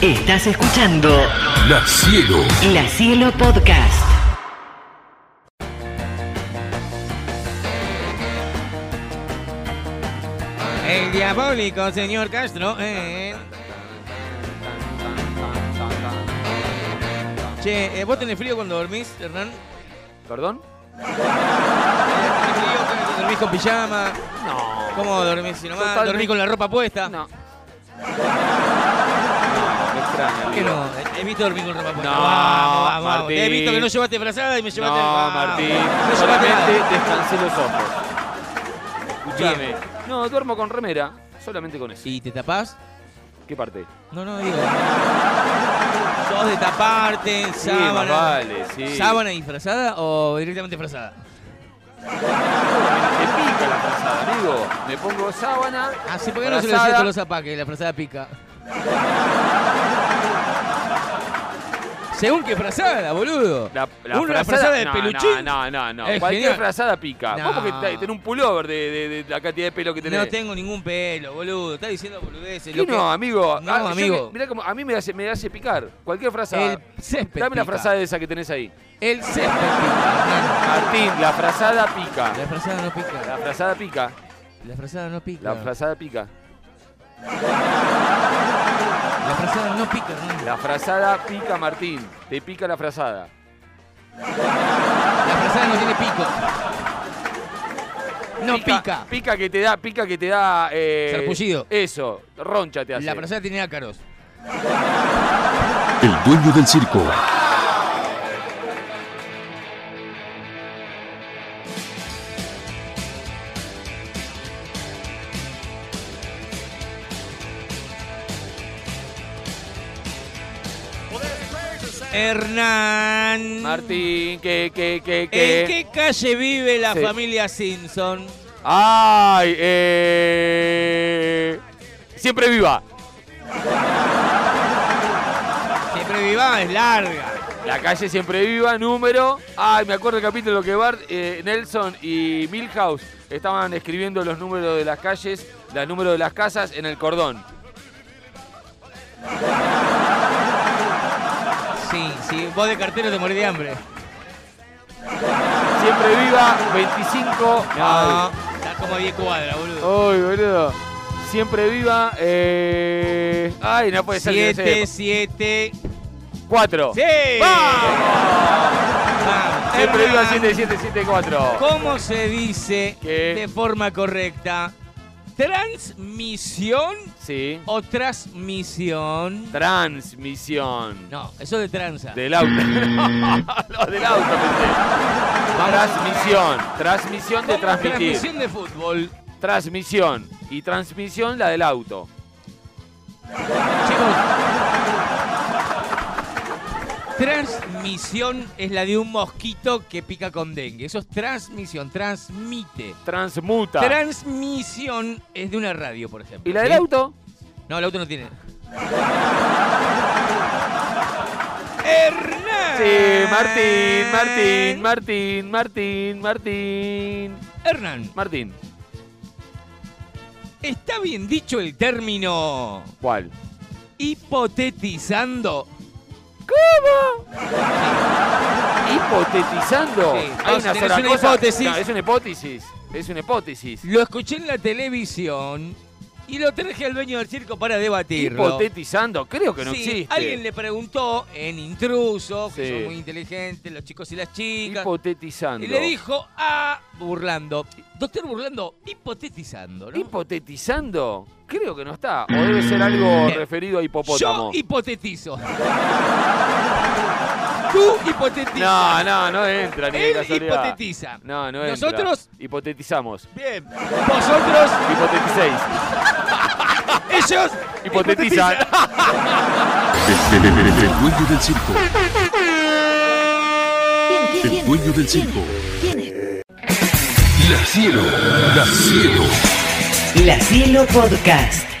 Estás escuchando La Cielo. La Cielo Podcast. El diabólico, señor Castro. eh. Che, eh, ¿vos tenés frío cuando dormís, Hernán? ¿Perdón? ¿Tenés frío? ¿Dormís con pijama? No. ¿Cómo dormís si nomás? Totalmente. ¿Dormís con la ropa puesta? No. Me extraña. ¿Qué no? Eh, He visto dormir con ropa puesta. No, vamos, vamos, vamos. Martín. He visto que no llevaste frazada y me No, llevaste... vamos. Martín. No llevaste solamente nada. descansé los ojos. Bien. No, duermo con remera. Solamente con eso. ¿Y te tapás? ¿Qué parte? No, no, digo... ¿Sos de taparte, Sí, sábana? más vale, sí. ¿Sábana disfrazada o directamente frazada? Me pica la frazada, amigo. Me pongo sábana. Así, Ah, ¿por qué no se lo frazada. decía a los apaques? La frazada pica. Según qué frazada, boludo. La, la Una frazada de no, peluchín. No, no, no. Es Cualquier genial. frazada pica. No. Vos porque te- tenés un pullover de, de- de la cantidad de pelo que tenés. No tengo ningún pelo, boludo. Está diciendo boludeces. ¿Qué Lo que- no, amigo. No, Ah, yo amigo. que- mirá como a mí me hace, me hace picar. Cualquier frazada. El césped Dame la pica. frazada esa que tenés ahí. El césped pica. Martín, la frazada pica. hermano. La frazada no La pica. frazada pica. La frazada no pica. La frazada pica. La frazada no pica, hermano. La frazada pica, Martín. Te pica la frazada. La frazada no tiene pico. No pica. Pica que te da, pica que te da. Eh, Sarpullido. Eso, roncha te hace. La frazada tiene ácaros. El dueño del circo. Hernán. Martín, que, que, que, ¿En que. qué calle vive la Sí. familia Simpson? Ay, eh. Siempre viva. Siempre viva es larga. La calle siempre viva, número. Ay, me acuerdo el capítulo que Bart, eh, Nelson y Milhouse estaban escribiendo los números de las calles, los números de las casas en el cordón. Sí, sí, vos de cartero te morís de hambre. Siempre viva, 25. No, está como a 10 cuadras, boludo. Ay, boludo. Siempre viva. Eh... Ay, no puede ser. que no 7, sé. 7. Cuatro. ¡Sí! ¡Vamos! Vamos, Siempre viva Hernán. 7774. ¿Cómo se dice ¿Qué? de forma correcta? ¿Transmisión Sí. o transmisión? Transmisión. No, eso de tranza. Del auto. no, del auto pensé. Transmisión. Transmisión de transmitir. Transmisión de fútbol. Transmisión. Y transmisión la del auto. Chicos. Transmisión es la de un mosquito que pica con dengue. Eso es transmisión, transmite. Transmuta. Transmisión es de una radio, por ejemplo. ¿Y la ¿sí? del auto? No, el auto no tiene. Hernán. Sí, Martín, Martín, Martín, Martín, Martín. Hernán, Martín. ¿está bien dicho el término ¿Cuál? hipotetizando? ¿Cómo? Hipotetizando. Sí, Hay vos una tenés sola una cosa. hipótesis. No, es una hipótesis. Es una hipótesis. Lo escuché en la televisión y lo traje al dueño del circo para debatirlo. Hipotetizando, creo que no Sí, existe. Alguien le preguntó en intruso, que Sí. son muy inteligentes los chicos y las chicas. Hipotetizando. Y le dijo a Burlando, doctor Burlando, hipotetizando, ¿no? Hipotetizando, creo que no está. O debe ser algo Bien. referido a Mm. Yo hipopótamo. hipotetizo. Tú hipotetizas. No, no, no entra ni de Él casualidad. hipotetiza. No, no entra. Nosotros- Hipotetizamos. Bien. Vosotros, Hipotetizáis. ellos. Hipotetizan. El, el- el- el- el dueño del circo. El dueño del circo. La Cielo. La Cielo. La Cielo Podcast.